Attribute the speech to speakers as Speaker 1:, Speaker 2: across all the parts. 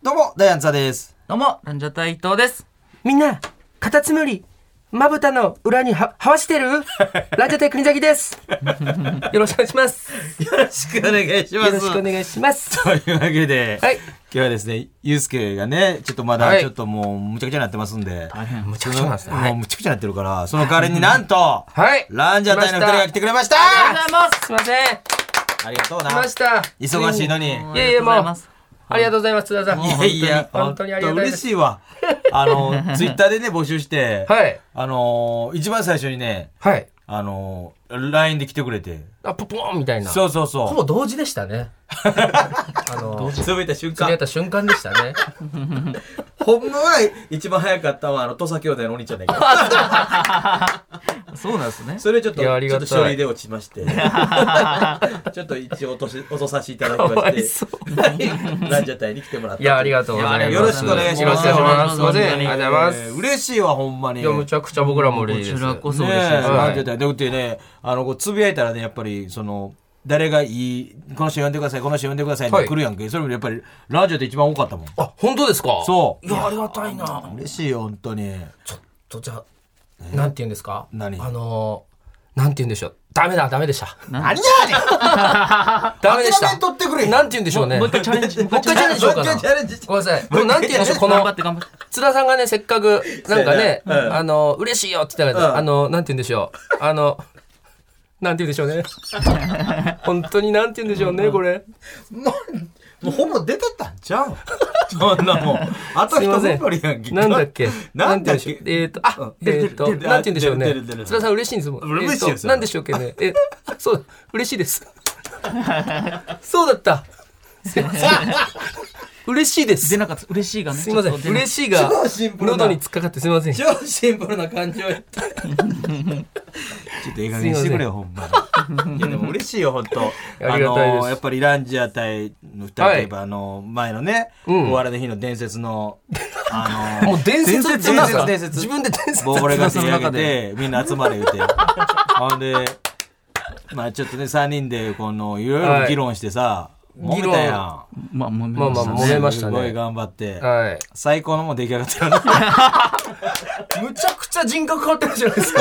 Speaker 1: どうも、ダイアンツァです。
Speaker 2: どうも、ランジャタイ伊藤です。
Speaker 3: みんな、カタツムリ、まぶたの裏には、はわして るラジオテ国崎です。よろしくお願いします。
Speaker 1: よろしくお願いします。
Speaker 3: よろしくお願いします。
Speaker 1: というわけで、
Speaker 3: はい
Speaker 1: 今日はですね、ゆうすけがね、ちょっとま
Speaker 2: は
Speaker 1: だ
Speaker 2: い
Speaker 1: ちょっともうむちゃくちゃになってますんで、
Speaker 2: 大変、
Speaker 3: むちゃくちゃなんですね。
Speaker 1: もうむちゃくちゃになってるから、その代わりになんと、
Speaker 3: はい。
Speaker 1: ランジャタイの二人が来てくれました
Speaker 3: ありがとうございます。すいません。
Speaker 1: ありがとうな
Speaker 3: 来。ました。
Speaker 1: 忙しいの
Speaker 3: に。
Speaker 1: に。い
Speaker 3: いやいや、もう、ありがとうございます、津田さん。
Speaker 1: やいや、
Speaker 3: 本当にありがたいで
Speaker 1: 嬉
Speaker 3: す。
Speaker 1: しいわ。あの、ツイッターでね、募集して、
Speaker 3: はい。
Speaker 1: あの、一番最初にね、
Speaker 3: はい。
Speaker 1: あの、LINE で来てくれて、
Speaker 3: あ、ポポーンみたいな。
Speaker 1: そうそう
Speaker 3: ほ
Speaker 1: そ
Speaker 3: ぼ同時でした ね。あの、
Speaker 1: う。つぶやいた瞬
Speaker 3: つぶやいた瞬間でしたね。
Speaker 1: ほんまは一番早かったのは、あの、土佐兄弟のお兄ちゃんだけ ど。
Speaker 2: そうなんですね。
Speaker 1: それちょっと、
Speaker 3: い
Speaker 1: ち
Speaker 3: やあり
Speaker 1: ょ
Speaker 3: が
Speaker 1: ったと
Speaker 3: い
Speaker 1: 書類で落ちま して。ちょっと一応落とし、落とさせていただきま
Speaker 3: かわい
Speaker 1: し
Speaker 3: そ
Speaker 1: て。はいランジャタイに来てもらった。
Speaker 3: いや、ありがとうございます。
Speaker 1: よろしくお願いします
Speaker 3: よろくお願いします。すいませんありがとうございま
Speaker 1: えー
Speaker 3: す。
Speaker 1: 嬉しいわ、ほんまに。
Speaker 3: いや、むちゃくちゃ僕らも嬉しい
Speaker 2: こ
Speaker 3: で
Speaker 2: ち
Speaker 3: す。
Speaker 2: らこそ
Speaker 1: ねえ、
Speaker 2: 嬉しいです。
Speaker 1: ランジャタイ。でもってね、あの、こう、つぶやいたらね、やっぱり、その、誰がいい、この人呼んでください、この人呼んでくださいって
Speaker 3: はい
Speaker 1: 来るやんけ。それもやっぱり、ランジャタイ一番多かったもん。
Speaker 3: あ、本当ですか
Speaker 1: そう
Speaker 3: いや、ありがたいな。
Speaker 1: 嬉しいよ、本当に。
Speaker 3: ちょっと、じゃあ、なんて言うんですか
Speaker 1: 何
Speaker 3: あのー、なんて言うんでしょう。ダメだ、ダメでした。
Speaker 1: 何やねん
Speaker 3: ダメでした。
Speaker 1: 諦めんとってくれ
Speaker 3: なんて言うんでしょうね。
Speaker 2: もう一回チャレンジ。
Speaker 3: もう一回チャレンジしようかな。
Speaker 1: もう一回チャレンジ
Speaker 3: ごめんなさい。でもなんて言うんでしょう、こ
Speaker 2: 頑張
Speaker 3: の
Speaker 2: っ、て頑張って。
Speaker 3: 津田さんがね、せっかく、なんかね、
Speaker 1: そうやなうん
Speaker 3: あの、嬉しいよって言ったら、
Speaker 1: うん
Speaker 3: あの、なんて言うんでしょう。あの、なんて言うんでしょうね。本当になんて言うんでしょうね、これ。
Speaker 1: もう、 もうほぼ出てたんちゃうそんなもん。あと
Speaker 3: すい
Speaker 1: 一
Speaker 3: ませ
Speaker 1: 分
Speaker 3: ん
Speaker 1: ばりやんけ。
Speaker 3: なんだっけ
Speaker 1: なんだっ
Speaker 3: なんて言うんでしょう
Speaker 1: け
Speaker 3: えっと、あ、
Speaker 1: うん
Speaker 3: えっと、
Speaker 1: 出
Speaker 3: な
Speaker 1: る
Speaker 3: ん
Speaker 1: 出る
Speaker 3: て言うんでしょうね
Speaker 1: 出る出る出る。
Speaker 3: 津田さん嬉しいんですもん。
Speaker 1: 嬉しいですよ
Speaker 3: えっとなんでしょうっけね。え、そう、嬉し いです。そうだった。すいません嬉しいで
Speaker 2: 出
Speaker 3: す。
Speaker 2: なかった。嬉しいがね。
Speaker 3: すいません。
Speaker 2: ちょっと出な
Speaker 3: 嬉しいが
Speaker 1: 超シン、プルな
Speaker 3: 喉に突っかかってすいません。
Speaker 1: 超シンプルな感情やった。ちょっと映画にしてくれよ、ほんまに。いや、でも嬉しいよ、ほんと。
Speaker 3: ありがたいです
Speaker 1: の、やっぱりランジア隊の二人といえば、あの、前のね、
Speaker 3: うん
Speaker 1: お笑いの日の伝説 の、あ
Speaker 3: も
Speaker 1: の
Speaker 3: う、伝説って言うな
Speaker 1: 伝説伝説
Speaker 3: 自分で伝説
Speaker 1: ボーボレが手上げ
Speaker 2: その中
Speaker 1: て
Speaker 2: で、
Speaker 1: みんな集まれ言う て。ほんで、まあちょっとね、3人で、この、いろいろ議論してさ、揉めたやん。
Speaker 2: まあ、もめ
Speaker 3: まあまあ、
Speaker 2: ま
Speaker 3: 揉めまし
Speaker 1: す
Speaker 3: た
Speaker 1: ごい
Speaker 3: ね。
Speaker 1: 頑張って。
Speaker 3: はい。
Speaker 1: 最高のもん出来上がったよな。
Speaker 3: むちゃくちゃ人格変わってるじゃないですか。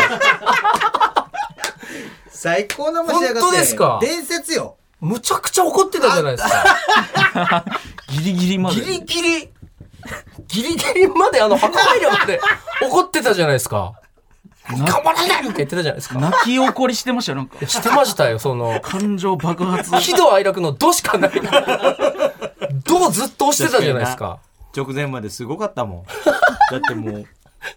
Speaker 1: 最高のも
Speaker 3: 仕上がって本当ですか
Speaker 1: 伝説よ。
Speaker 3: むちゃくちゃ怒ってたじゃないですか。
Speaker 2: ギリギリまで。
Speaker 3: ギリギリ、ギリギリまであの破壊力で怒ってたじゃないですか。頑張らないって言ってたじゃないですか。
Speaker 2: 泣き怒りしてましたよ、なんか。
Speaker 3: してましたよ、その、
Speaker 2: 感情爆 発。
Speaker 3: 喜怒哀楽のどしかない。どうずっと押してたじゃないですか。
Speaker 1: 直前まですごかったもん。 だってもう、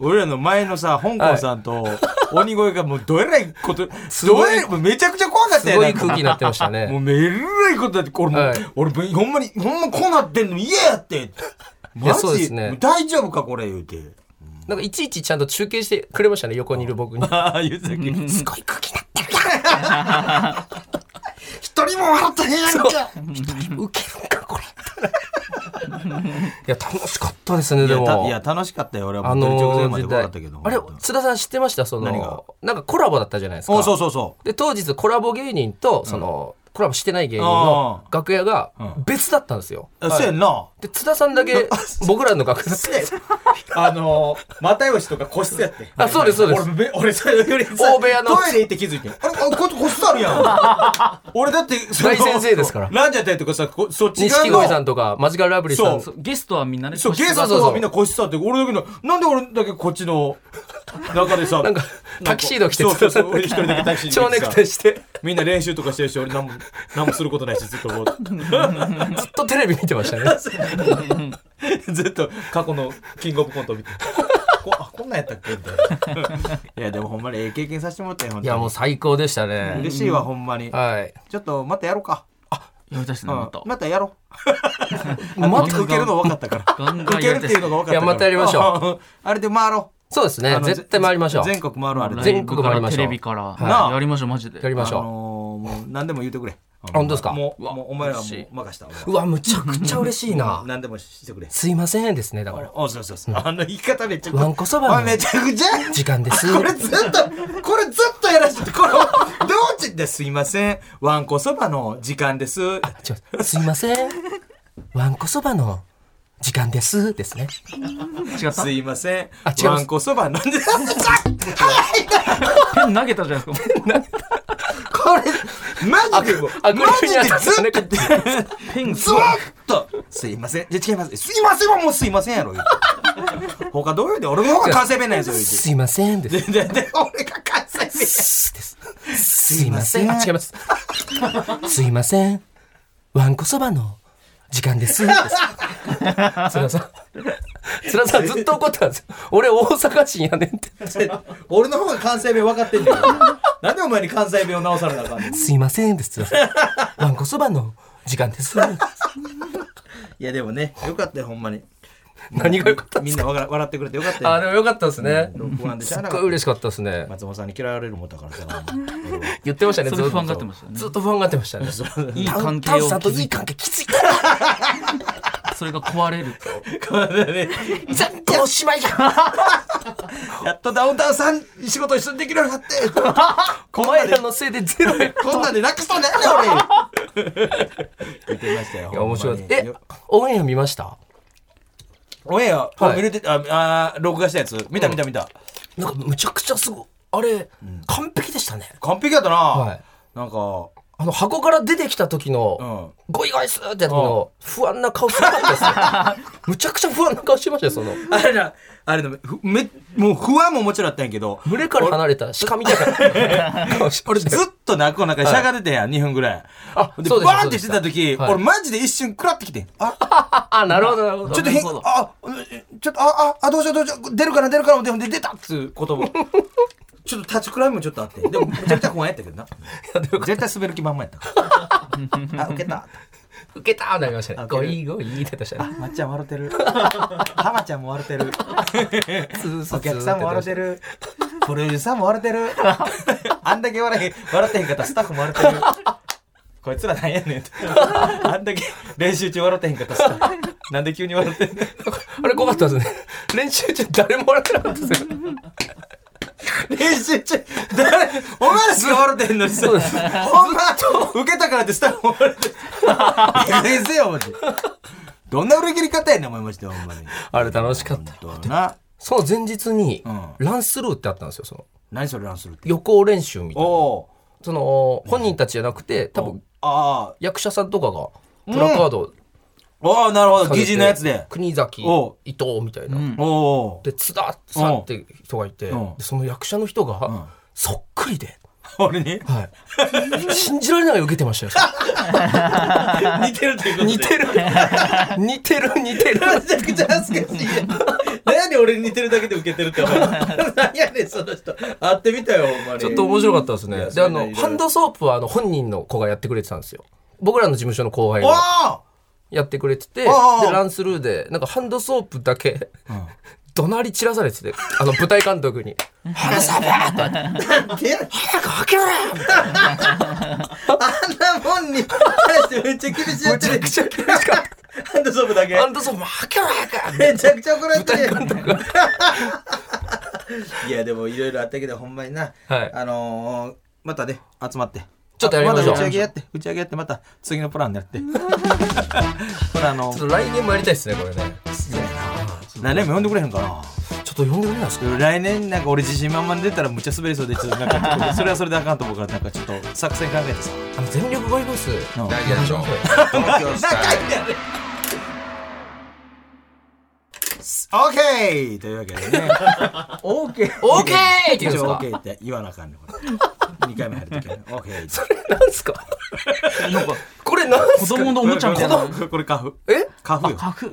Speaker 1: 俺らの前のさ、香港さんと、鬼越がもうどえらいこと、ど
Speaker 3: ご
Speaker 1: え
Speaker 3: い
Speaker 1: らい、もうめちゃくちゃ怖かった
Speaker 3: す
Speaker 1: よ
Speaker 3: ご
Speaker 1: ないんか
Speaker 3: 空気になってました
Speaker 1: もう
Speaker 3: ね。
Speaker 1: めえらいことだって、俺もう、
Speaker 3: はい
Speaker 1: 俺もほんまに、ほんまこうなってんの嫌やって。マ
Speaker 3: そうで
Speaker 1: ジ、
Speaker 3: すね
Speaker 1: 大丈夫かこれ言うて。
Speaker 3: なんかいちいちちゃんと中継してくれましたね、横にいる僕に。
Speaker 1: ああ、言うてたっけ
Speaker 3: すごい空気になって
Speaker 1: 一人も笑ったへんやんか。
Speaker 3: る。ウケるんか、これ。いや、楽しかったですね、
Speaker 1: い
Speaker 3: で
Speaker 1: やた
Speaker 3: も
Speaker 1: い。や、楽しかったよ。俺は
Speaker 3: あ
Speaker 1: 本当に直前
Speaker 3: の
Speaker 1: まで
Speaker 3: 時
Speaker 1: 怖
Speaker 3: 代
Speaker 1: かったけど。
Speaker 3: あれ
Speaker 1: 本当に
Speaker 3: 津田さん知ってましたそ
Speaker 1: 何が
Speaker 3: のなんかコラボだったじゃないです
Speaker 1: お
Speaker 3: か
Speaker 1: そうそうそう。
Speaker 3: で当日コラボ芸人とその、コラボしてない芸人の楽屋が
Speaker 1: うん
Speaker 3: 別だったんですよ、
Speaker 1: あそうやんな。
Speaker 3: で津田さんだけ僕らの楽屋
Speaker 1: あのー、又吉とか個室やって。
Speaker 3: あそうですそうです
Speaker 1: 俺め、俺それよりさ
Speaker 3: 大部屋の
Speaker 1: トイレ行って気づいて。あれ、あこいつ個室あ るやん。俺だって、その
Speaker 3: 大先生ですから
Speaker 1: ランジャタイとかさ、こそ っち側
Speaker 3: 錦
Speaker 1: の
Speaker 3: 鯉さんとかマジカルラブリーさん
Speaker 1: そ
Speaker 2: そうゲストはみんなね。
Speaker 1: そう、ゲイ
Speaker 2: ス
Speaker 1: さんと
Speaker 3: そうそう
Speaker 1: か
Speaker 3: そう
Speaker 1: みんな個室あって、俺だけの、なんで俺だけこっちの中でさ、
Speaker 3: なんかタキシード着て
Speaker 1: そうそう
Speaker 3: 津
Speaker 1: そ
Speaker 3: 田 さ
Speaker 1: う、
Speaker 3: ん
Speaker 1: 俺一人だけタキシード着
Speaker 3: 蝶ネ
Speaker 1: て
Speaker 3: ク
Speaker 1: さ
Speaker 3: タ イして
Speaker 1: みんな練習とかしてるし、俺何も、何もすることないし、ずっとこう、
Speaker 3: ずっとテレビ見てましたね
Speaker 1: ずっと過去のキングオブコントを見て。こあこんなんやったっけみたいな。 いや、でもほんまにええ経験させてもらったよ、ほん
Speaker 3: いやもう最高でしたね
Speaker 1: 嬉しいわ、ほんまに。
Speaker 3: はい
Speaker 1: ちょっとまたやろうか。
Speaker 2: やりたいですね、また。
Speaker 1: またやろ う。
Speaker 3: ま
Speaker 1: ま
Speaker 3: た
Speaker 1: た受けるの分かったから。
Speaker 2: ガンガン
Speaker 1: 受け
Speaker 2: や
Speaker 1: る
Speaker 2: り
Speaker 1: ったて
Speaker 2: い
Speaker 1: い
Speaker 2: で
Speaker 1: うの
Speaker 2: すね。
Speaker 1: が分かったから。
Speaker 3: いやまたやりましょ
Speaker 1: う。 あれで回ろ
Speaker 3: そうです
Speaker 1: う。あ
Speaker 3: ね
Speaker 1: の
Speaker 3: 絶対回りましょう
Speaker 1: 全国回るあれで。
Speaker 3: 全国回りましょう
Speaker 2: テレビから、
Speaker 1: なあ
Speaker 2: やりましょう、マジで。
Speaker 3: やりまし
Speaker 1: あ
Speaker 3: ょ
Speaker 1: のーもう何でも言ってくれ。
Speaker 3: う本当ですか
Speaker 1: もう
Speaker 2: うわ
Speaker 1: もうお前らはも
Speaker 2: 嬉しいう
Speaker 1: 任した。俺は
Speaker 3: うわむちゃくちゃ嬉し いな
Speaker 1: 何でもしてくれ。
Speaker 3: すいませんですねだから
Speaker 1: あ、そうそうそう。あの言い方めっちゃ。
Speaker 3: わんこそばの
Speaker 1: あめちゃくちゃ。
Speaker 3: 時間です
Speaker 1: こ れずっと、これずっとやらせて、これ、どうちですいません。わんこそばの時間です。
Speaker 3: ちょすいま せんわんこそばの時間ですですね
Speaker 2: 違った
Speaker 1: すいません
Speaker 3: あ違いま。す
Speaker 1: わんこそばなんで、
Speaker 2: ペン投げた じゃないですか。
Speaker 3: これ
Speaker 1: マジでもう、
Speaker 3: あ
Speaker 1: マ
Speaker 3: これ
Speaker 1: ジでずっと、
Speaker 2: ペン
Speaker 1: ずっと、すいません。じゃ違います。すいませんはもうすいませんやろ。言う他どういうで俺の方が稼べないぞ、言う
Speaker 3: すいませんです
Speaker 1: て。で、で、俺が稼べない。
Speaker 3: ですすいませんあ違いますすいませんわんこそばの時間ですですつらさんつらさんずっと怒ってたんですよ俺大阪人やねんって
Speaker 1: 俺の方が関西弁分かってんだよ。なんでお前に関西弁を直されなあかんのい
Speaker 3: すいませんですつらさんわんこそばの時間です
Speaker 1: や、でもね、よかったよ、ほんま に。
Speaker 3: 何が良かったんで
Speaker 1: みん
Speaker 3: す
Speaker 1: な
Speaker 3: か
Speaker 1: わが笑ってくれてよかったよ。
Speaker 3: あでもよかったですね
Speaker 1: 録音でし
Speaker 3: す
Speaker 1: ゃ
Speaker 3: っ
Speaker 1: あなかっ
Speaker 3: ごい
Speaker 1: た
Speaker 3: 嬉しかったですね
Speaker 1: 松本さんに嫌われるもんだからさ。
Speaker 3: 言ってましたね
Speaker 2: そ
Speaker 3: ず
Speaker 2: れ
Speaker 3: っと
Speaker 2: 不安がってましたね
Speaker 3: ずっと不安がってましたね
Speaker 2: いい関係
Speaker 3: タウ
Speaker 2: を
Speaker 3: さんと
Speaker 2: 築
Speaker 3: いい
Speaker 2: いて、
Speaker 3: 関係きついから
Speaker 2: それが壊 れる。
Speaker 3: 全部おしまいじゃん
Speaker 1: やっとダウンタウンさん仕事一緒にできるようにな って。
Speaker 3: お前らのせいでゼロや
Speaker 1: こんなんでなくしたんだよね、俺。見てましたよ。
Speaker 3: いや面白い
Speaker 1: ほんまに
Speaker 3: えオンエア見ました
Speaker 1: オンエア、
Speaker 3: はい
Speaker 1: 見れて、あ、あー、録画したやつ。見た見た見た。
Speaker 3: なんかむちゃくちゃすごいあれ、完璧でしたね
Speaker 1: 完璧やったな。
Speaker 3: はい
Speaker 1: なんか、
Speaker 3: あの箱から出てきた時の、ゴイゴイスーってやつの不安な顔すご かったですよむちゃくちゃ不安な顔してましたよその
Speaker 1: あれだ、あれだ、ふめ、もう不安ももちろんあったんやけど、
Speaker 3: 群れから離れた鹿みたい な顔してま
Speaker 1: 俺
Speaker 3: し
Speaker 1: ず
Speaker 3: たよ
Speaker 1: っと泣くの中でしゃが出てんやん、2分ぐらい。
Speaker 3: あ
Speaker 1: で、
Speaker 3: そ
Speaker 1: バ
Speaker 3: うでした
Speaker 1: ーンってしてた時、
Speaker 3: はい
Speaker 1: 俺マジで一瞬食らってきてん。あ、
Speaker 3: あなるほどなるほど
Speaker 1: ちょっと変
Speaker 2: なるほど
Speaker 1: あ、えちょっと、あ、あ、あ、どうしようどうしよう、出るかな出るかな、でもで出たっつう言葉。ちょっと立ちくらみもちょっとあって、でもめちゃくちゃ不安やったけどな。絶対滑る気満々やったから。あ、受けた。
Speaker 3: 受けたーなりましたね
Speaker 1: あ
Speaker 3: ゴイゴイってやってましたね
Speaker 1: まっちゃん笑ってる。ハマちゃんも笑ってる。 お客さんも笑ってる。プロデューサーも笑ってる。あんだけ笑え、笑ってへんかったらスタッフも笑ってる。こいつらなんやねんって。あんだけ練習中笑ってへんかったらスタッフ。なんで急に笑ってんの
Speaker 3: あれ怖かったですね練習中誰も笑ってなかったですよ
Speaker 1: 練習中、誰、お前らしか笑ってんのにさ、ほ
Speaker 3: そうで
Speaker 1: ん
Speaker 3: す
Speaker 1: ま、受けたからってスタッフも笑って、先生よ、マジで。どんな売り切り方やねん、お前マジで、ほんまに。
Speaker 3: あれ楽しかった
Speaker 1: 本当な。
Speaker 3: その前日に、
Speaker 1: うん
Speaker 3: ランスルーってあったんですよその
Speaker 1: 何それランするって。
Speaker 3: 予行練習みたいな
Speaker 1: おお。
Speaker 3: その本人たちじゃなくて多分
Speaker 1: あ
Speaker 3: 役者さんとかがプラカードを
Speaker 1: あ。ああ、なるほど。
Speaker 3: 下げ
Speaker 1: 擬
Speaker 3: て
Speaker 1: 人のやつで。
Speaker 3: 国崎
Speaker 1: おう
Speaker 3: 伊藤みたいな、
Speaker 2: ん
Speaker 1: おお。
Speaker 3: で津田さんって人がいて、
Speaker 1: うん
Speaker 3: でその役者の人が、
Speaker 1: ん
Speaker 3: そっくりで、
Speaker 1: 俺に
Speaker 3: はい 信じられないが受けてましたよ
Speaker 1: 似てるっていうことで
Speaker 3: 似てる 似てる似てる
Speaker 1: めちゃくちゃ恥ずかしいやん。何やねん俺に似てるだけで受けてるってお前。何やねんその人。会ってみたよ、ほんまに。
Speaker 3: ちょっと面白かったです
Speaker 1: い
Speaker 3: ね
Speaker 1: や
Speaker 3: であ
Speaker 1: それ
Speaker 3: の
Speaker 1: ね
Speaker 3: ハンドソープはあの本人の子がやってくれてたんですよ僕らの事務所の後輩
Speaker 1: お
Speaker 3: が
Speaker 1: お
Speaker 3: やってくれててで
Speaker 1: ああ
Speaker 3: ランスルーでなんかハンドソープだけ、怒鳴り散らされててあの舞台監督に「ハンドソープ!」って言
Speaker 1: で
Speaker 3: って「かけろよ!」
Speaker 1: あんなもん に対してめっちゃ厳しいや
Speaker 3: め
Speaker 1: つ
Speaker 3: ちゃ
Speaker 1: で
Speaker 3: くちゃ厳しかった
Speaker 1: ハンドソープだけ。
Speaker 3: ハンドソープ負けろや
Speaker 1: めちゃくちゃ怒られてるやん。いや、でもいろいろあったけど、ほんまにな。
Speaker 3: はい
Speaker 1: あのー、またね、集まって。
Speaker 3: ちょっとやりましょう
Speaker 1: た打ち上げやって、打ち上げやって、また次のプランでや って。これあの、
Speaker 3: ちょっと来年もやりたいですねこれね
Speaker 1: 来年も呼んでくれへんかな。
Speaker 3: ちょっと呼んでくれないですか
Speaker 1: 来年なんか俺自信満々に出たらむっちゃ滑りそうでちょっとなん かそれはそれであかんと思うからなんかちょっと作戦考えてさ
Speaker 3: あの全力ゴイゴイス
Speaker 1: ん
Speaker 3: 大事でし ょ
Speaker 1: 仲いいんだねオーケーというわけでねオーケー
Speaker 3: オーケーって言うんですか
Speaker 1: オーケーって言わなあかんねこれ2回目入るときはね。オッケー
Speaker 3: それなんすか
Speaker 2: なんか
Speaker 3: これなん
Speaker 2: 子
Speaker 3: すか
Speaker 2: 供のおもちゃみたいな。
Speaker 1: これこれカフ。
Speaker 3: え
Speaker 1: カフよ。
Speaker 2: カフ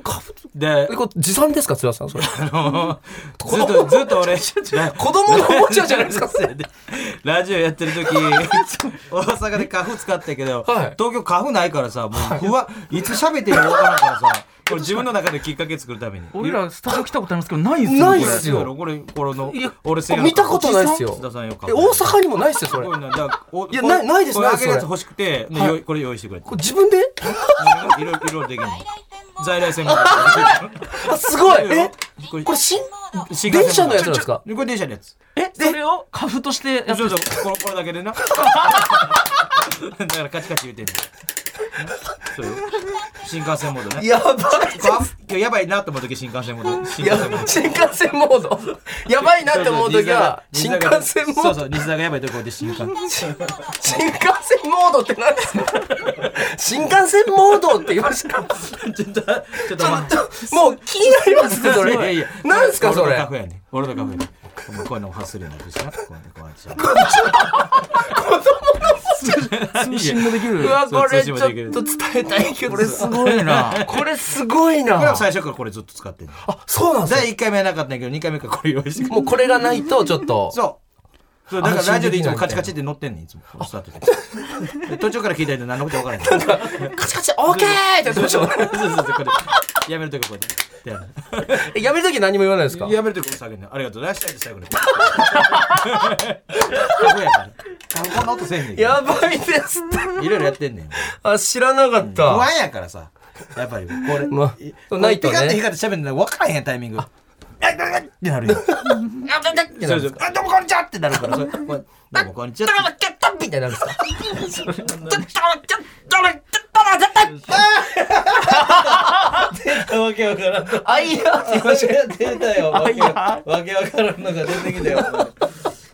Speaker 1: で
Speaker 3: え、これ持参ですか津田さんそれ
Speaker 1: あのずっと、ずっと俺、
Speaker 3: 子供のおもちゃじゃないですかそれ
Speaker 1: ラジオやってる時 大阪でカフ使ったけど、
Speaker 3: はい
Speaker 1: 東京カフないからさ、もう不安、いつ喋っていいか分からんからさ、これ自分の中できっかけ作るために。
Speaker 2: 俺らスタジオ来たことありますけど、ないっすよ。
Speaker 3: ない
Speaker 2: これ
Speaker 3: っすよ
Speaker 1: これ、これの
Speaker 3: いや、
Speaker 1: 俺せや
Speaker 3: 見たことないっすよ
Speaker 1: 津田さんよか
Speaker 3: え大阪にもないっすよそれ
Speaker 1: こういうのだからお
Speaker 3: いや
Speaker 1: こ
Speaker 3: ないないです
Speaker 1: これ
Speaker 3: ない
Speaker 1: あ
Speaker 3: です
Speaker 1: げるやつ
Speaker 3: それ
Speaker 1: 欲しくて、ね
Speaker 3: はい
Speaker 1: よいこれ用意してくれて
Speaker 3: これ自分で
Speaker 1: いろいろいろいろできる在来線も
Speaker 3: あす ごい え
Speaker 1: これ
Speaker 3: これ新
Speaker 1: 新幹線も
Speaker 3: 電車のやつなんですか
Speaker 1: これ電車のやつ
Speaker 2: え、それをカフとしてやっ
Speaker 1: そうそうこれこれだけでな だからカチカチ言うてるそうよ新幹線モードね
Speaker 3: やばい
Speaker 1: あ今日やばいなと思う時新幹線モード新
Speaker 3: いや
Speaker 1: 幹線モード
Speaker 3: 新幹線モードやばいなって思う時は新幹線モ
Speaker 1: そう
Speaker 3: ー
Speaker 1: そ
Speaker 3: ド
Speaker 1: う西田がやばいとこで新幹線
Speaker 3: 新幹線モードって何ですか新幹線モードって言いました
Speaker 1: ちょっとちょっと待って
Speaker 3: もう気にな りますねそ
Speaker 1: いやい
Speaker 3: れ
Speaker 1: や
Speaker 3: 何すかそ
Speaker 1: 俺の
Speaker 3: れ
Speaker 1: カフェやね俺のカフェやねお前こういうのも発するようになるしなこうやってこうやってさ
Speaker 2: 通信もできる
Speaker 3: う。わこれち
Speaker 1: そ
Speaker 3: ょ
Speaker 1: う通信も
Speaker 3: っ
Speaker 1: できる
Speaker 3: と伝えたいけどこれす
Speaker 2: すごいな。
Speaker 3: これすごい
Speaker 1: これ
Speaker 3: な
Speaker 1: は最初からこれずっと使ってんの
Speaker 3: あそうなんですね
Speaker 1: 第1回目はなかったんやけど2回目からこれ用意してくれ
Speaker 3: もうこれがないとちょっと
Speaker 1: そうそうだからラジオでいつもカ
Speaker 3: 安心できないみた
Speaker 1: チカチって乗って
Speaker 3: いな
Speaker 1: んねんいつもスタートで途中から聞いた人何のことか分 からへんない
Speaker 3: カチカチオーケーってどうしよう
Speaker 1: そうそうそうこれやめるときこうやって
Speaker 3: えやめるとき何も言わないですか
Speaker 1: やめるときこう下げるのありがとうございましたって最後にここやからこの音せえへんねんけど
Speaker 3: やばいですって
Speaker 1: いろいろやってんねん
Speaker 3: あ知らなかっ
Speaker 1: 不
Speaker 3: た
Speaker 1: 安やからさやっぱりこれ
Speaker 3: まあないと
Speaker 1: ピカって
Speaker 3: ね
Speaker 1: 光って喋るの分からへんタイミングえっえっってなるよそうそうあどうもこんにちはってなるからそれこれどうもこんにちはって
Speaker 3: みたいになるんですか
Speaker 1: わけわからん。
Speaker 3: あいや
Speaker 1: 出たよ。わけわけわからんのが出てきたよ。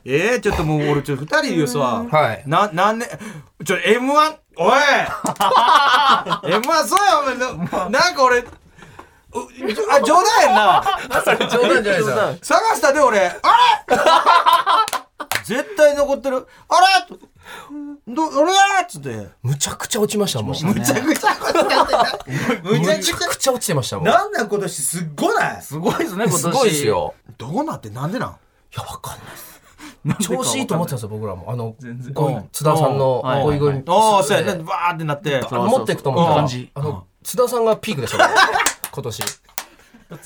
Speaker 1: えー、ちょっともう俺ちょっと二人よさ、
Speaker 3: はい
Speaker 1: な何年ちょ M1 おい M1 そうやお前ななんか俺うあ冗談やんな
Speaker 3: 冗談じゃないですか
Speaker 1: 探したで俺 あれ絶対残ってるあれど俺やっつって
Speaker 3: むちゃくちゃ落ちましたもん
Speaker 1: むちゃくちゃこうやってむちゃく
Speaker 3: むち
Speaker 1: ち
Speaker 3: ゃ
Speaker 1: ゃ
Speaker 3: くちゃ落ちてましたもん
Speaker 1: なんなん今年すっごない
Speaker 2: すごいですね、今年。
Speaker 3: すごいです。よ
Speaker 1: どうなってなんでなん
Speaker 3: いやわかんないです調子いいと思ってたんですよ僕らもあの
Speaker 2: 然
Speaker 3: ゴイ
Speaker 1: うん
Speaker 3: 津田さんの
Speaker 2: うん
Speaker 3: ゴイゴイ
Speaker 1: ああ、そう
Speaker 3: で
Speaker 1: やね。バーってなって。
Speaker 3: あの持っていくと思った
Speaker 2: うん
Speaker 3: ら
Speaker 2: 感じ
Speaker 3: あの津田さんがピークでしたから今年
Speaker 2: 津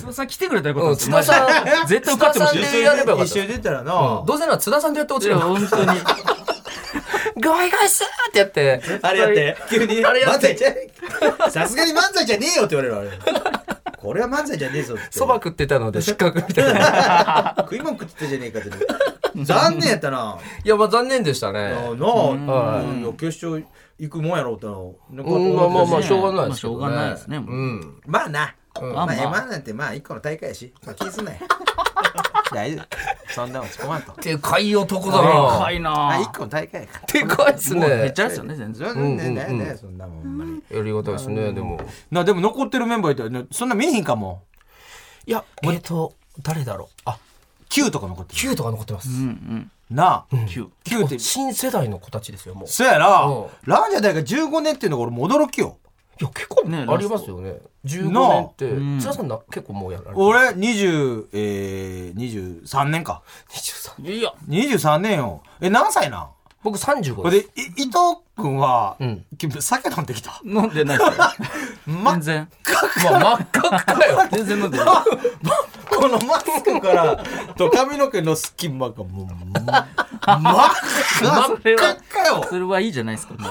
Speaker 2: 田さん来てくれたよ、
Speaker 3: う
Speaker 2: こ
Speaker 3: ん
Speaker 2: と
Speaker 3: 津田さん
Speaker 2: 絶対受かってほしい
Speaker 3: 津田さんでやればよかった
Speaker 1: 一緒に出たらな。
Speaker 3: どうせなら津田さんとやって落
Speaker 2: い
Speaker 3: ちる
Speaker 2: や、
Speaker 3: よ
Speaker 2: 本当に。
Speaker 3: ゴイゴイスーってやって
Speaker 1: あれやって。急に。
Speaker 3: あれやっ
Speaker 1: 漫才
Speaker 3: て
Speaker 1: じゃさすがに漫才じゃねえよって言われるわあれ。これは漫才じゃねえぞって。
Speaker 3: そば食ってたので失格みたい な
Speaker 1: 食い物食ってたじゃねえかって。残念やったな。
Speaker 3: いやまあ残念でした
Speaker 1: なあ、
Speaker 3: ね
Speaker 1: なあいや決勝行くもんやろうってななんか
Speaker 3: うんまあまあまあしょうがないですけど
Speaker 2: まあしょうがないですねもう
Speaker 3: うん
Speaker 1: まあな。ま
Speaker 2: まあ
Speaker 1: あ
Speaker 2: まあ
Speaker 1: M1 なんてまあ一個の大会やし。まあ気にすん なよ。大丈夫。そんな落ち込まんと。
Speaker 3: でかい男だ
Speaker 2: でか
Speaker 3: ない
Speaker 1: まあ
Speaker 2: な
Speaker 1: 一個の大会やから。
Speaker 3: でかいっす
Speaker 2: もうへ
Speaker 3: ね
Speaker 2: っちゃらですよね、全然。
Speaker 3: んうん
Speaker 1: ねねねそんなもんほんまに。
Speaker 3: やりがたいですねでも
Speaker 1: なでも残ってるメンバーいたよねそんな見えへんかも
Speaker 3: いやえっと誰だろうあ
Speaker 1: Q とか残ってる
Speaker 3: Q とか残ってます
Speaker 2: うん
Speaker 1: なあ、
Speaker 2: うん。9。
Speaker 1: Q って
Speaker 3: 新世代の子たちですよもう
Speaker 1: そやな、
Speaker 3: うん
Speaker 1: ランジャタイが15年っていうのが俺も驚きよ
Speaker 3: いや結構
Speaker 2: ね
Speaker 3: ありますよね15
Speaker 1: なあ
Speaker 3: 年って津田さんな結構もうやられてる
Speaker 1: 俺20、えー、23年か
Speaker 3: 23
Speaker 2: いや、
Speaker 1: 23年よえ何歳なん
Speaker 3: 僕35
Speaker 1: ほい
Speaker 3: で
Speaker 1: でい伊藤君は、
Speaker 3: ん
Speaker 1: き酒飲んできた
Speaker 2: 飲んで ないですよ。
Speaker 1: ま
Speaker 2: 全然。
Speaker 3: すまあ真っ赤っかよ
Speaker 2: 全然飲んでない。
Speaker 1: このマスクから と髪の毛の隙間がもう 真っ赤真っ赤っかよ
Speaker 2: それはいいじゃないですか。も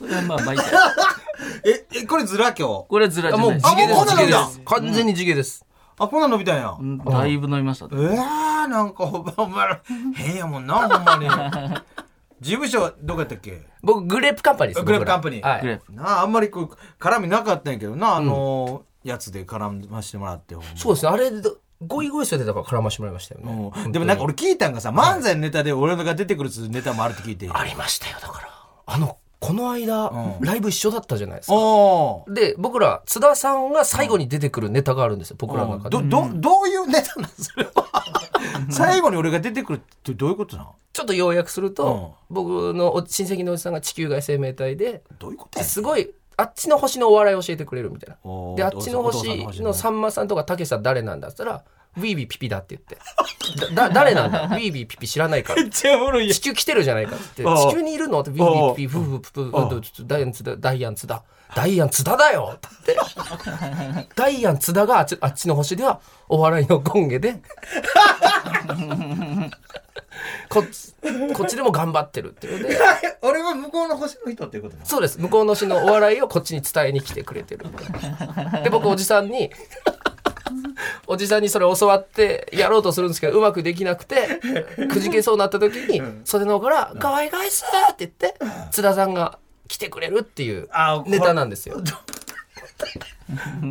Speaker 2: う それはまあまあいいか。
Speaker 1: ええこれずら今日
Speaker 2: これずらじゃ
Speaker 3: も
Speaker 2: な
Speaker 3: う
Speaker 2: いで
Speaker 3: 地
Speaker 2: す。
Speaker 3: 毛で
Speaker 1: あも
Speaker 3: す
Speaker 1: うこ
Speaker 3: 地
Speaker 1: んなんだ
Speaker 3: 毛です完全に地毛です
Speaker 1: あこんなん伸びたんや
Speaker 2: うんだいぶ飲みました
Speaker 1: え。ー、なんかほんまほんま変やもんなほんまに事務所はどこやったっけ
Speaker 3: 僕グレープカンパニーです
Speaker 1: グレープ
Speaker 3: 僕ら
Speaker 1: カンパニー
Speaker 3: はい
Speaker 2: グレープ。
Speaker 1: なああんまりこう絡みなかったんやけどなあのーやつで絡ましてもらってほんま
Speaker 3: そうですねあれゴイゴイスーでだから絡ましてもらいましたよね
Speaker 1: うんでもなんか俺聞いたんがさ漫才のネタで俺のが出てくるネタもあるって聞いて
Speaker 3: ありましたよだからあのこの間
Speaker 1: うん
Speaker 3: ライブ一緒だったじゃないです
Speaker 1: お
Speaker 3: か
Speaker 1: お
Speaker 3: で僕ら津田さんが最後に出てくるネタがあるんですよ僕らの中
Speaker 1: ど
Speaker 3: で
Speaker 1: どどういうネタなんそれは最後に俺が出てくるってどういうことなの
Speaker 3: ちょっと要約すると、僕のお親戚のおじさんが地球外生命体で
Speaker 1: どういうことや
Speaker 3: ですごいあっちの星のお笑いを教えてくれるみたいな
Speaker 1: おー
Speaker 3: であっちの
Speaker 1: お父さんお父さんの
Speaker 3: 星
Speaker 1: 星
Speaker 3: の
Speaker 1: の
Speaker 3: さんまさんとかたけしさん誰なんだっつったら「ウィービーピピだ」って言って「だだ誰なんだウィービーピピ知らないから」
Speaker 1: めっちゃおもろいや
Speaker 3: 地球来てるじゃないかって
Speaker 1: ああ
Speaker 3: 地球にいるのってビービービーフーフーフーフーダイアン津田ダイアン津田ダイアン津田だよってダイアン津田があっちあっちの星ではお笑いの権 下でこっちこっちでも頑張ってるっていうので
Speaker 1: ん俺は向こうの星の人っていうことなの
Speaker 3: そうです向こうの市のお笑いをこっちに伝えに来てくれてるで僕おじさんにおじさんにそれ教わってやろうとするんですけどうまくできなくてくじけそうになった時に袖の方から「かわいがいっす!」って言って津田さんが来てくれるっていう
Speaker 1: あこれ
Speaker 3: ネタなんですよ。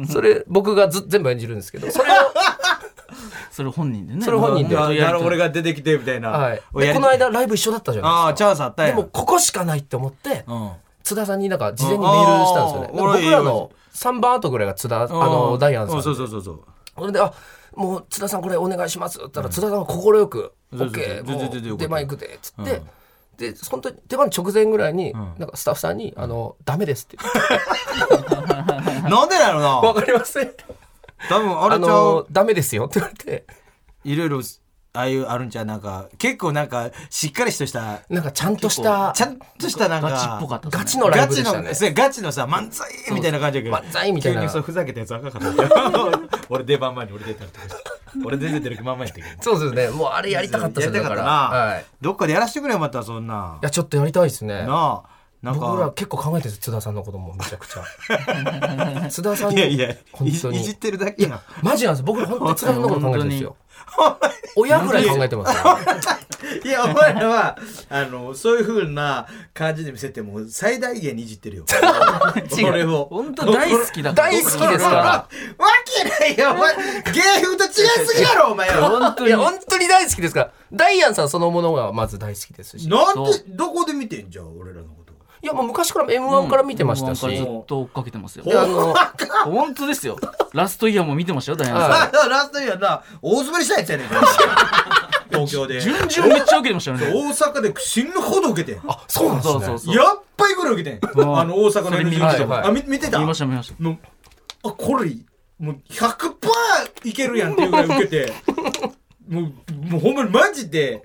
Speaker 3: それ僕がず全部演じるんですけどそれを、
Speaker 2: それ本人でね
Speaker 3: それ本人で
Speaker 2: や
Speaker 1: あ
Speaker 2: り
Speaker 1: や
Speaker 2: た
Speaker 1: ろ
Speaker 2: い
Speaker 1: 俺が出てきてみたいな、
Speaker 3: はい、
Speaker 1: おやり
Speaker 3: でこの間ライブ一緒だったじゃ
Speaker 1: あ
Speaker 3: ない
Speaker 1: あ
Speaker 3: で
Speaker 1: チ
Speaker 3: すか。
Speaker 1: ャンスあったや
Speaker 3: で
Speaker 1: ん
Speaker 3: もここしかないって思って、
Speaker 1: うん
Speaker 3: 津田さんになんか事前にメールしたんですよね。
Speaker 1: うん
Speaker 3: なんか
Speaker 1: あー
Speaker 3: 僕らの3番後ぐらいが津田、あの、ダイアンさ
Speaker 1: うんそう
Speaker 3: で。
Speaker 1: そうそうそう
Speaker 3: それで、あ、もう津田さんこれお願いしますって言ったら、津田さんが快く、オ
Speaker 1: そうそうそ
Speaker 3: ッ
Speaker 1: う
Speaker 3: ケ
Speaker 1: 全
Speaker 3: ー、
Speaker 1: 然全然
Speaker 3: もう
Speaker 1: よかった
Speaker 3: 出前行くで、つって。で、本当に出番直前ぐらいに、
Speaker 1: ん
Speaker 3: なんかスタッフさんに、あの、ダメですって 言って。
Speaker 1: なんでなの
Speaker 3: わ
Speaker 1: な
Speaker 3: かりません。
Speaker 1: 多分あ
Speaker 3: あ
Speaker 1: れちゃ
Speaker 3: の
Speaker 1: う、
Speaker 3: ダメですよって言われて、
Speaker 1: いろいろああいうあるんちゃうなんか結構なんかしっかりとした
Speaker 3: なんかちゃんとした
Speaker 1: ち、ゃんとしたなんか
Speaker 2: ガチっぽかった
Speaker 3: ガチ
Speaker 2: の
Speaker 3: のライ
Speaker 1: ガ
Speaker 3: ブで
Speaker 1: チ
Speaker 3: したね
Speaker 1: の。そうガチのさ漫才みたいな感じやけど
Speaker 3: 漫才みたいな
Speaker 1: 急にそうふざけたやつ赤かった俺出番前に俺出たりとかして俺全然出る気まんまやったけど
Speaker 3: そうですね。もうあれやりたかったで
Speaker 1: や
Speaker 3: す
Speaker 1: り
Speaker 3: ね。
Speaker 1: た
Speaker 3: だ
Speaker 1: か
Speaker 3: か
Speaker 1: っ
Speaker 3: ら。
Speaker 1: たな、
Speaker 3: はい。い
Speaker 1: どっかでやらしてくれよまたそんな
Speaker 3: や、ちょっとやりたいですね。
Speaker 1: なあなん
Speaker 3: 僕ら
Speaker 1: か
Speaker 3: 結構考えてるんです津田さんのこともめちゃくちゃ津田さん
Speaker 1: いやいやい
Speaker 3: 本当に
Speaker 1: いじってるだけやん
Speaker 3: マジなんです僕ら本当に津田さんのこと考えてるんですよ親ぐらい考えてますよ
Speaker 1: いや、お前らは、あの、そういう風な感じで見せても、最大限にいじってる よ。俺を。
Speaker 2: 本当大好きだから
Speaker 3: 大好きです か
Speaker 1: わけないよ、お前。芸風と違いすぎやろ、お前
Speaker 2: ら
Speaker 1: は。
Speaker 2: 本
Speaker 3: ら
Speaker 2: 当
Speaker 3: い
Speaker 2: に
Speaker 3: や本当に大好きですからダイアンさんそのものがまず大好きですし
Speaker 1: なん
Speaker 2: そ
Speaker 1: で、どこで見てんじゃん、俺らのこと。
Speaker 3: いやもう昔から m 1から見てましたし、
Speaker 2: うん僕なんかずっと追っかけてますよ
Speaker 3: であの
Speaker 2: 本当ですよラストイヤーも見てましたよダイアンさ
Speaker 3: は
Speaker 1: あラストイヤーな、大滑りしたやつやねんから。東京で。
Speaker 2: ん順々めっちゃ受けてましたよ
Speaker 1: 大
Speaker 2: ね
Speaker 1: 阪で死ぬほど受けてん。や
Speaker 3: あそうなんですね
Speaker 2: そうそうそう
Speaker 1: っぱいぐらい受けてん。
Speaker 2: ん
Speaker 1: あの、大阪の
Speaker 2: それ見
Speaker 1: NG
Speaker 2: ま
Speaker 3: した
Speaker 1: と
Speaker 3: はい
Speaker 1: か。あ、み見てた
Speaker 2: 見ました見ました
Speaker 1: もうあこれもう100%いけるやんっていうぐらい受け てもうもうほんまにマジで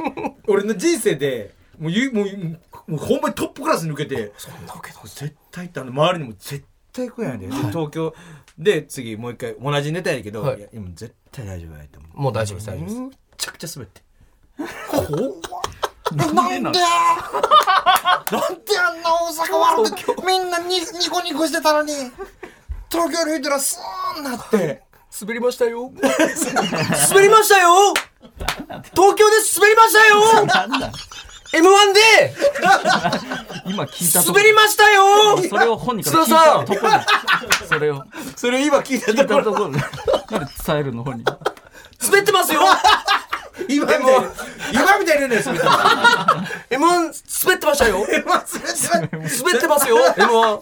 Speaker 1: 俺の人生でもうゆもうもうほんまにトップクラスに受けて
Speaker 3: そんなわけない
Speaker 1: 絶対ってあの周りにも絶対来ないんだよ、で東京で次もう一回同じネタやけど、
Speaker 3: はい
Speaker 1: いや、いやもう絶対大丈夫やと思う
Speaker 3: もう大丈夫です大丈夫です
Speaker 1: むちゃくちゃ滑って怖っ
Speaker 2: なんでなんで
Speaker 1: なんであんな大阪笑ってみんなにニコニコしてたのに東京にいたらスーンなって
Speaker 3: 滑りましたよ
Speaker 1: 滑りましたよ東京で滑りましたよ
Speaker 3: m 1
Speaker 2: 今聞いた
Speaker 3: で
Speaker 2: とこ
Speaker 3: 滑りましたよ
Speaker 2: それを本人から
Speaker 3: 津田さ
Speaker 2: 聞
Speaker 3: ん
Speaker 2: いたとこにそれを
Speaker 1: それ今聞いた
Speaker 2: 聞い
Speaker 1: とこ
Speaker 2: た
Speaker 1: ろ
Speaker 2: ところでなんで伝えるの本 人
Speaker 3: 滑ってますよ
Speaker 1: 今みたいに今みたいにね滑った
Speaker 3: m 1滑ってましたよ
Speaker 1: 今滑ってない
Speaker 3: 滑ってますよ m 1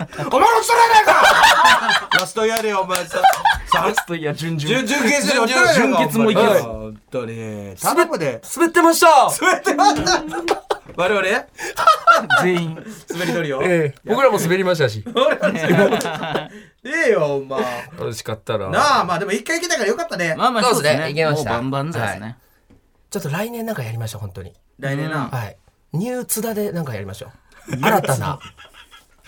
Speaker 1: お前のそれやないかラストイヤーでお前さ
Speaker 2: ラストイヤー準々
Speaker 1: 準準決でおったやないか
Speaker 2: 準決もいけ
Speaker 3: る
Speaker 1: お前本当に頼むで
Speaker 3: 滑ってました
Speaker 1: 滑ってました我々滑
Speaker 2: 全員
Speaker 1: り取るよ
Speaker 3: ええ僕らも滑りましたし
Speaker 1: 俺らも滑り取るええよお前
Speaker 3: 楽しかったら
Speaker 1: なあまあでも一回行けたからよかったね
Speaker 2: まあまあ
Speaker 3: そう
Speaker 2: そ
Speaker 3: で
Speaker 2: うで
Speaker 3: すね
Speaker 2: すね
Speaker 3: いけました
Speaker 2: もうバンバンです
Speaker 3: は
Speaker 2: ね
Speaker 3: ちょっと来年なんかやりましょう本当に
Speaker 1: 来年な
Speaker 3: はいニュー津田でなんかやりましょう新たな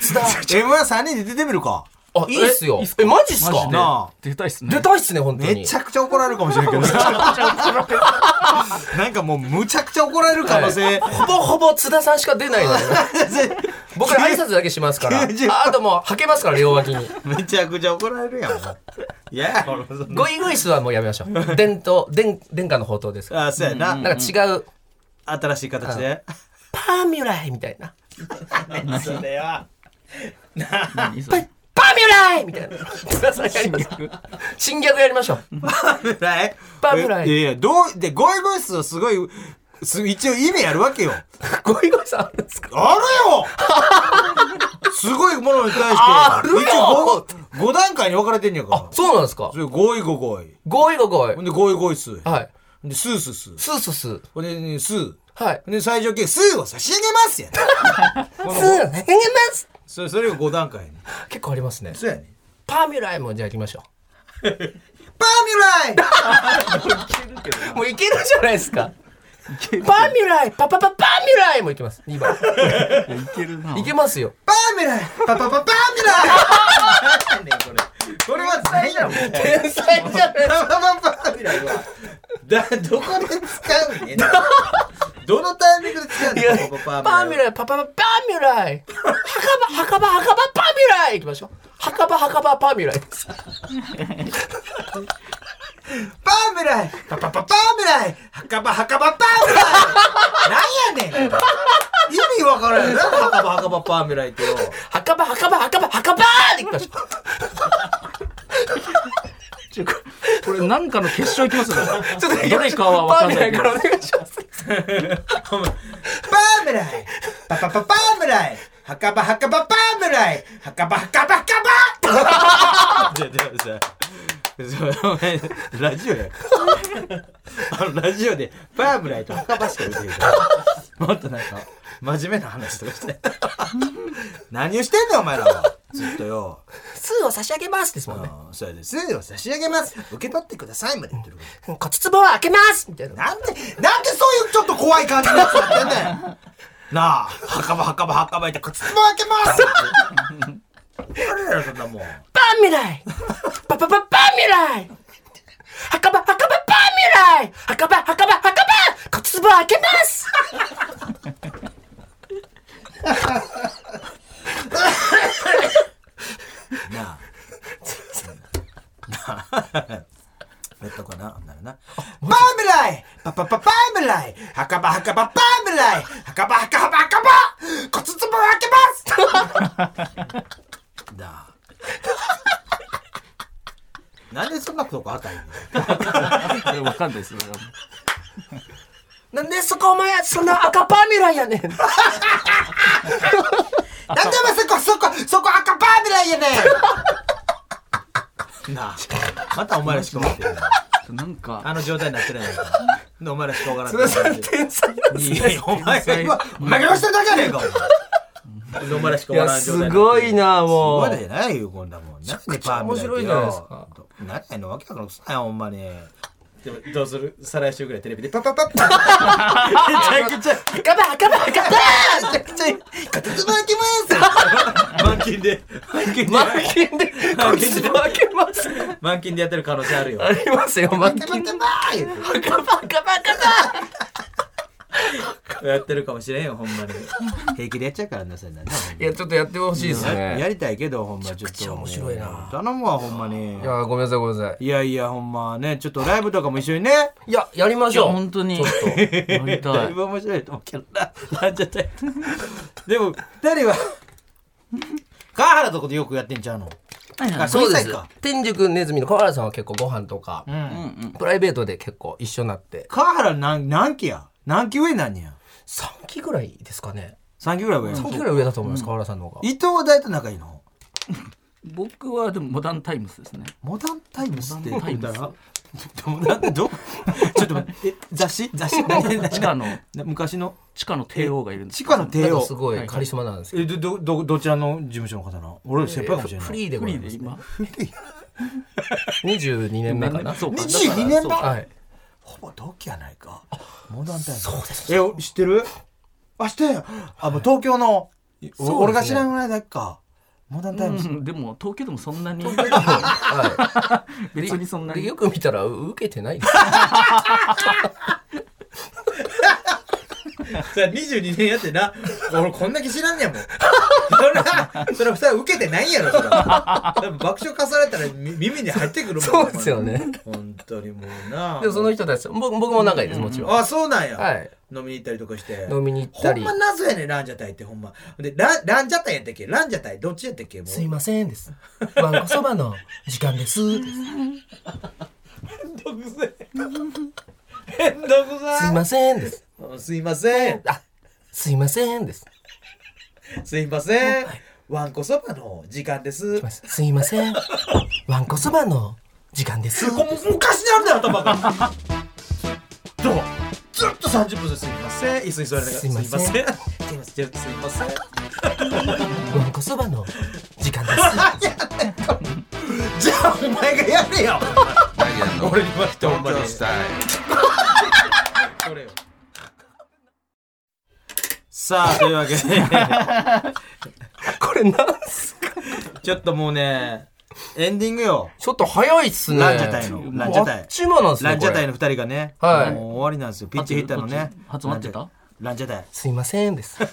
Speaker 3: 津田
Speaker 1: M13 人で出てみるか
Speaker 3: あいいっすよ
Speaker 2: えいいっすか
Speaker 3: えマジっすか
Speaker 2: マジで
Speaker 1: なあ
Speaker 2: 出たいっすね
Speaker 3: 出たいっすね本当に
Speaker 1: めちゃくちゃ怒られるかもしれないけどなんかもうむちゃくちゃ怒られる可能性、
Speaker 3: ほぼほぼ津田さんしか出ない ので僕ら挨拶だけします から
Speaker 1: 90
Speaker 3: ああともうはけますから両脇に
Speaker 1: めちゃくちゃ怒られるやんもういや
Speaker 3: ゴイゴイスはもうやめましょう伝統伝殿下の宝刀ですから
Speaker 1: あそうやな、
Speaker 3: なんか違う
Speaker 1: 新しい形で
Speaker 3: パーミュライみたいな
Speaker 1: それは
Speaker 2: 何それ
Speaker 3: パーミュライみたいな津田さんやりましょ う侵略やりましょう
Speaker 1: パブライ
Speaker 3: パブライ
Speaker 1: えいやいやどうでゴイゴイスをすごいす一応意味あるわけよ
Speaker 3: ゴイゴイスあるんですか
Speaker 1: あるよ すごいものに対して
Speaker 3: あるよ
Speaker 1: 一応 5, 段階に分かれてんねやから
Speaker 3: そうなんですか
Speaker 1: それゴイゴゴイ
Speaker 3: ゴイゴゴイ
Speaker 1: ほんでゴイゴイス
Speaker 3: はい。
Speaker 1: で、スースースー。
Speaker 3: スースースー。
Speaker 1: これね、スー。
Speaker 3: はい。
Speaker 1: で、最上級、スーを差し上げますやねこの
Speaker 3: スー、投げます
Speaker 1: それ、それが5段階ね。
Speaker 3: 結構ありますね。
Speaker 1: そうやね。
Speaker 3: パーミュライもじゃあ行きましょ
Speaker 1: パーミュライ
Speaker 3: う。もういけるじゃないですか。パーミュライパパパパーミュライも行きます。2番。
Speaker 2: いやいけるな。
Speaker 3: 行けますよ。
Speaker 1: パーミュライパパパパーミュライな んやねんこれ。これは何やろ
Speaker 3: 天才じゃない
Speaker 1: パパパパーミュライは、だ、どこで使うねんどのタイミングで使う
Speaker 3: いや
Speaker 1: ねんパパパ
Speaker 3: パー
Speaker 1: ー
Speaker 3: ミ
Speaker 1: ミ
Speaker 3: ュ
Speaker 1: ュライ
Speaker 3: ライパパパパーミュライ墓場墓場墓場パーミュライ行きましょう。墓場墓場パーミュライです。
Speaker 1: パーミュライパパパパーミュライ墓場墓場パーミュライなんやねん意味わからんよな墓場墓場パーミュライってよ。
Speaker 3: 墓場墓場墓場墓場で行きましょう。
Speaker 2: ちょこれなんかの決勝いきますよ。
Speaker 3: ちょっと
Speaker 2: どれかは分かんないけ
Speaker 3: パーミ
Speaker 2: ど
Speaker 3: ュライからお願いします。
Speaker 1: パームライパパパパームライ墓場墓場パームライ墓場墓場墓場じゃじゃさそお前ラジオやあのラジオでパームライと墓場しか言うてるからもっとなんか真面目な話とかして何をしてんねんお前らはずっとよ
Speaker 3: スーを差し上げますですもんね。
Speaker 1: うんそうやで数を差し上げます受け取ってくださいまで言ってるから
Speaker 3: 骨壺を開けますみたいな。
Speaker 1: なんで、なんでそういうちょっと怖い感じのやつやってんねん。なあ、墓場墓場墓場行って靴も開けますって。怒られるよ、そんなもん。
Speaker 3: パーミュライパパパパーミュライ墓場墓場パーミュライ墓場墓場墓場骨壺を開けます
Speaker 1: なあ。なあ。やったかな、なるな。バームライパパパパームライ墓場墓場パームライ墓場墓場墓場骨つぼ開けますなあ。なんでそんなことこあったんや。
Speaker 2: いや分かんないです。それは
Speaker 3: なんでそこお前そんな赤パーミュライやねん
Speaker 1: なんでお前そこそこそこ赤パーミライやねんなあまたお前らしか分からん
Speaker 2: なんか、
Speaker 1: あの状態になってないのお前らしか分からん
Speaker 3: 天才なんです
Speaker 1: いやいやお前は負けましただけやねんかお前お前らしか
Speaker 3: い
Speaker 1: 分か
Speaker 3: や
Speaker 1: らん状態
Speaker 3: すごいなも
Speaker 1: ま
Speaker 3: う
Speaker 1: だじゃないよこんなもんなんでパーミライってよ
Speaker 3: 面白いじゃないですか
Speaker 1: 何やのわけわからんくさいほんまにでもどうする再来週ぐらいテレビでパパパッパめちゃくちゃ
Speaker 3: 赤パ赤パ赤パ
Speaker 1: めちゃくちゃ片手開きます満勤で満勤で
Speaker 3: 満金で骨壺開けます
Speaker 1: 満勤でやってる可能性あるよ
Speaker 3: ありますよ満金赤パ赤パ赤パ
Speaker 1: やってるかもしれんよほん まに平気でやっちゃうからなそれなない
Speaker 3: やちょっとやってほしいです
Speaker 1: や
Speaker 3: ね
Speaker 1: りたいけどほんまちょっと
Speaker 3: 面白いな
Speaker 1: 頼むわほんまに
Speaker 3: いやごめんなさいごめんなさい
Speaker 1: いやいやほんまねちょっとライブとかも一緒にね
Speaker 3: いややりま
Speaker 2: い
Speaker 3: し
Speaker 2: や
Speaker 3: ょう
Speaker 2: 本当に
Speaker 3: ちょっ
Speaker 2: 乗りた
Speaker 1: だい
Speaker 2: い。
Speaker 1: ぶ面白いと思うけどな なんちゃったでも二人は川原とことよくやってんちゃうのあ
Speaker 3: とそうで
Speaker 1: 小
Speaker 3: す
Speaker 1: さいか
Speaker 3: 天竺ネズミの河原さんは結構ご飯とかプライベートで結構一緒になって
Speaker 1: 川原なん何期や何期上なんや
Speaker 3: 3期ぐらいですかね
Speaker 1: 3期ぐらい上や
Speaker 3: 3期
Speaker 1: ん
Speaker 3: ぐらい上だと思います河原さんの方が
Speaker 1: 伊藤は大と仲いいの
Speaker 2: 僕はでもモダンタイムスですね。
Speaker 1: モダンタイムスって
Speaker 2: モダンタイムス
Speaker 1: どうだどう ちょっと待ってえ雑誌 雑誌何何
Speaker 2: 地下の
Speaker 1: な昔の
Speaker 2: 地下の帝王がいるんです。
Speaker 1: 地下の帝
Speaker 3: なん
Speaker 1: 王
Speaker 3: かすごいカリスマなんですけ
Speaker 1: えどどどどちらの事務所の方なの俺より先輩
Speaker 3: ど
Speaker 1: かもしれない
Speaker 3: フリーで
Speaker 2: フ
Speaker 3: ござ
Speaker 2: リ
Speaker 3: い
Speaker 2: ー
Speaker 3: ま
Speaker 2: です今。
Speaker 3: 22年目かな
Speaker 2: そうか。
Speaker 1: 22年
Speaker 2: そう
Speaker 1: 前
Speaker 3: はい
Speaker 1: ほぼ同期やないかモダンタイムそうですえ知ってるあ知ってんあもう東京の
Speaker 3: すね
Speaker 1: お俺が知らないだけかモダンタイムス
Speaker 2: うんでも東京でもそんなに
Speaker 3: は
Speaker 2: 別にそんない
Speaker 3: で
Speaker 2: に
Speaker 3: よく見たら受けてないです
Speaker 1: それ22年やってな俺こんだけ知らんねやもんそれはそれはさ受けてないやろそれは多分爆笑化されたらみ耳に入ってくるもん
Speaker 3: そうですよね
Speaker 1: 本当にもうな
Speaker 3: で もその人たち僕僕も仲いいですもちろん
Speaker 1: あそうなんや、
Speaker 3: はい
Speaker 1: 飲みに行ったりとかして
Speaker 3: 飲みに行ったり
Speaker 1: ほんま謎やねランジャタイってほんまでランランジャタイやったっけランジャタイどっちやったっけもう
Speaker 3: すいませんですわんこそばの時間です
Speaker 1: ど
Speaker 3: です
Speaker 1: くせえめんどく
Speaker 3: すい
Speaker 1: さ
Speaker 3: ませんです
Speaker 1: いすいません
Speaker 3: あすいませんです
Speaker 1: すいませんわんこそばの時間です
Speaker 3: すいません。わんこそばの時間です。
Speaker 1: こもうおかしなるだよ頭がどうもずっと30分ですすいません椅子に座りながら
Speaker 3: すいません
Speaker 1: すいませんすいません
Speaker 3: わんこそばの時 間です。
Speaker 1: じゃあお前がやれよ俺に負けてほんまに
Speaker 2: 東京スタイル
Speaker 1: これよさあというわけで
Speaker 3: これなんす
Speaker 1: ちょっともうねエンディングよ
Speaker 3: ちょっと早いっすね。
Speaker 1: ランジャタイのランジャタイ
Speaker 3: あっちもなんすね。
Speaker 1: ランジャタイ
Speaker 3: の。
Speaker 1: の二人がね、
Speaker 3: はい
Speaker 1: もう終わりなんですよピッチヒッターのね
Speaker 2: 初待ってた
Speaker 1: ランジャタ イ
Speaker 3: すいませんです。わ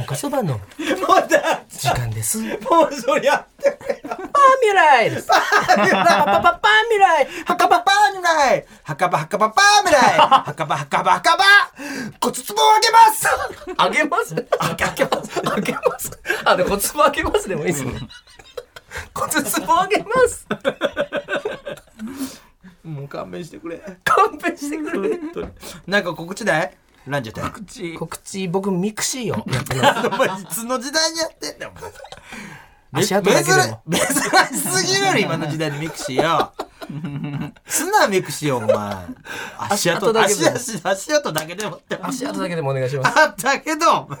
Speaker 3: んこそばの
Speaker 1: もうだ
Speaker 3: 時間です。パー
Speaker 1: もうそりゃ
Speaker 3: ミュライです。パパパパーミュライ。
Speaker 1: はかばパーにないはかばはかばパーみ ないはかばはかばはかばごつつぼをあげます
Speaker 3: あげますあげあげますあげますあ、で、骨壺あげますでもいいっすね。骨壺あげます
Speaker 1: もう勘弁してくれ
Speaker 3: 勘弁してくれ。
Speaker 1: なんか告知ないランジャ タイ
Speaker 3: 告知、僕、ミクシーをやってます。
Speaker 1: お前いつの時代にやってん だよお前
Speaker 3: 足跡だけでも。
Speaker 1: 珍し珍しすぎ るよ今の時代にミクシー よすなミクシーよお前足跡
Speaker 3: 足跡だけで
Speaker 1: 足足
Speaker 3: も
Speaker 1: 足跡だけでも って
Speaker 3: 足跡だけでもお願いします。
Speaker 1: あったけど お前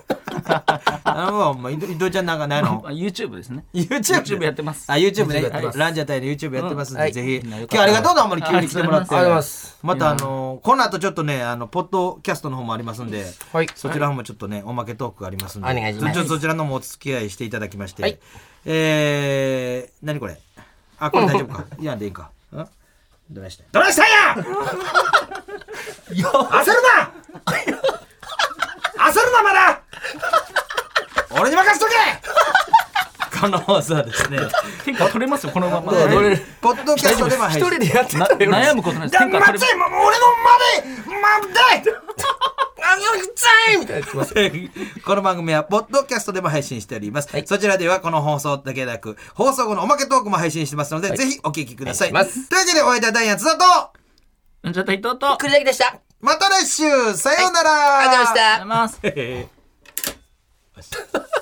Speaker 1: あのお前伊藤伊藤ちゃんなんかないの
Speaker 2: あ YouTube ですね
Speaker 1: YouTube,
Speaker 2: YouTube やってます
Speaker 1: あ YouTube ね
Speaker 3: YouTube やってます
Speaker 1: ランジャタイの YouTube やってますんで、
Speaker 3: はい
Speaker 1: ぜひ
Speaker 2: みん
Speaker 1: 今
Speaker 2: なよ
Speaker 1: 日
Speaker 2: か
Speaker 1: は
Speaker 2: った
Speaker 1: あ
Speaker 2: ら
Speaker 1: りがとうなあんまり急に来てもらって
Speaker 3: ありがとうございます
Speaker 1: またあのこの後ちょっとねあのポッドキャストの方もありますんで、
Speaker 3: はい
Speaker 1: そちらの方もちょっとねおまけトークがありますんで
Speaker 3: お願いします
Speaker 1: ちょっとそちらの方もお付き合いしていただきまして、
Speaker 3: はい
Speaker 1: えー、何これあこれ大丈夫 かいやでいいかんどないしたいどないしたんや
Speaker 3: いや
Speaker 1: 焦るな焦るなまだ俺に任せとけこの放送は ですね
Speaker 2: 天下取れますよこのまま
Speaker 3: うどれ
Speaker 1: でポッドキャストでも
Speaker 3: 一
Speaker 1: 配信
Speaker 3: 人でやって
Speaker 2: な
Speaker 3: たよ。
Speaker 2: 悩むことないです
Speaker 1: だ
Speaker 2: 天下
Speaker 1: 待
Speaker 2: 取
Speaker 1: て
Speaker 2: れ
Speaker 1: もう俺のまで待て
Speaker 3: あの、くさいみたいな。
Speaker 1: この番組はポッドキャストでも配信しております、
Speaker 3: はい
Speaker 1: そちらではこの放送だけでなく放送後のおまけトークも配信してますので、ぜひお聞きください
Speaker 3: お願いします
Speaker 1: というわけでお相手はダイアン津田と
Speaker 2: ますじゃあ伊藤とありがとう
Speaker 3: 栗崎でした。あり
Speaker 1: また来週さようなら、
Speaker 3: がとうございました
Speaker 2: ござい。ます
Speaker 1: ました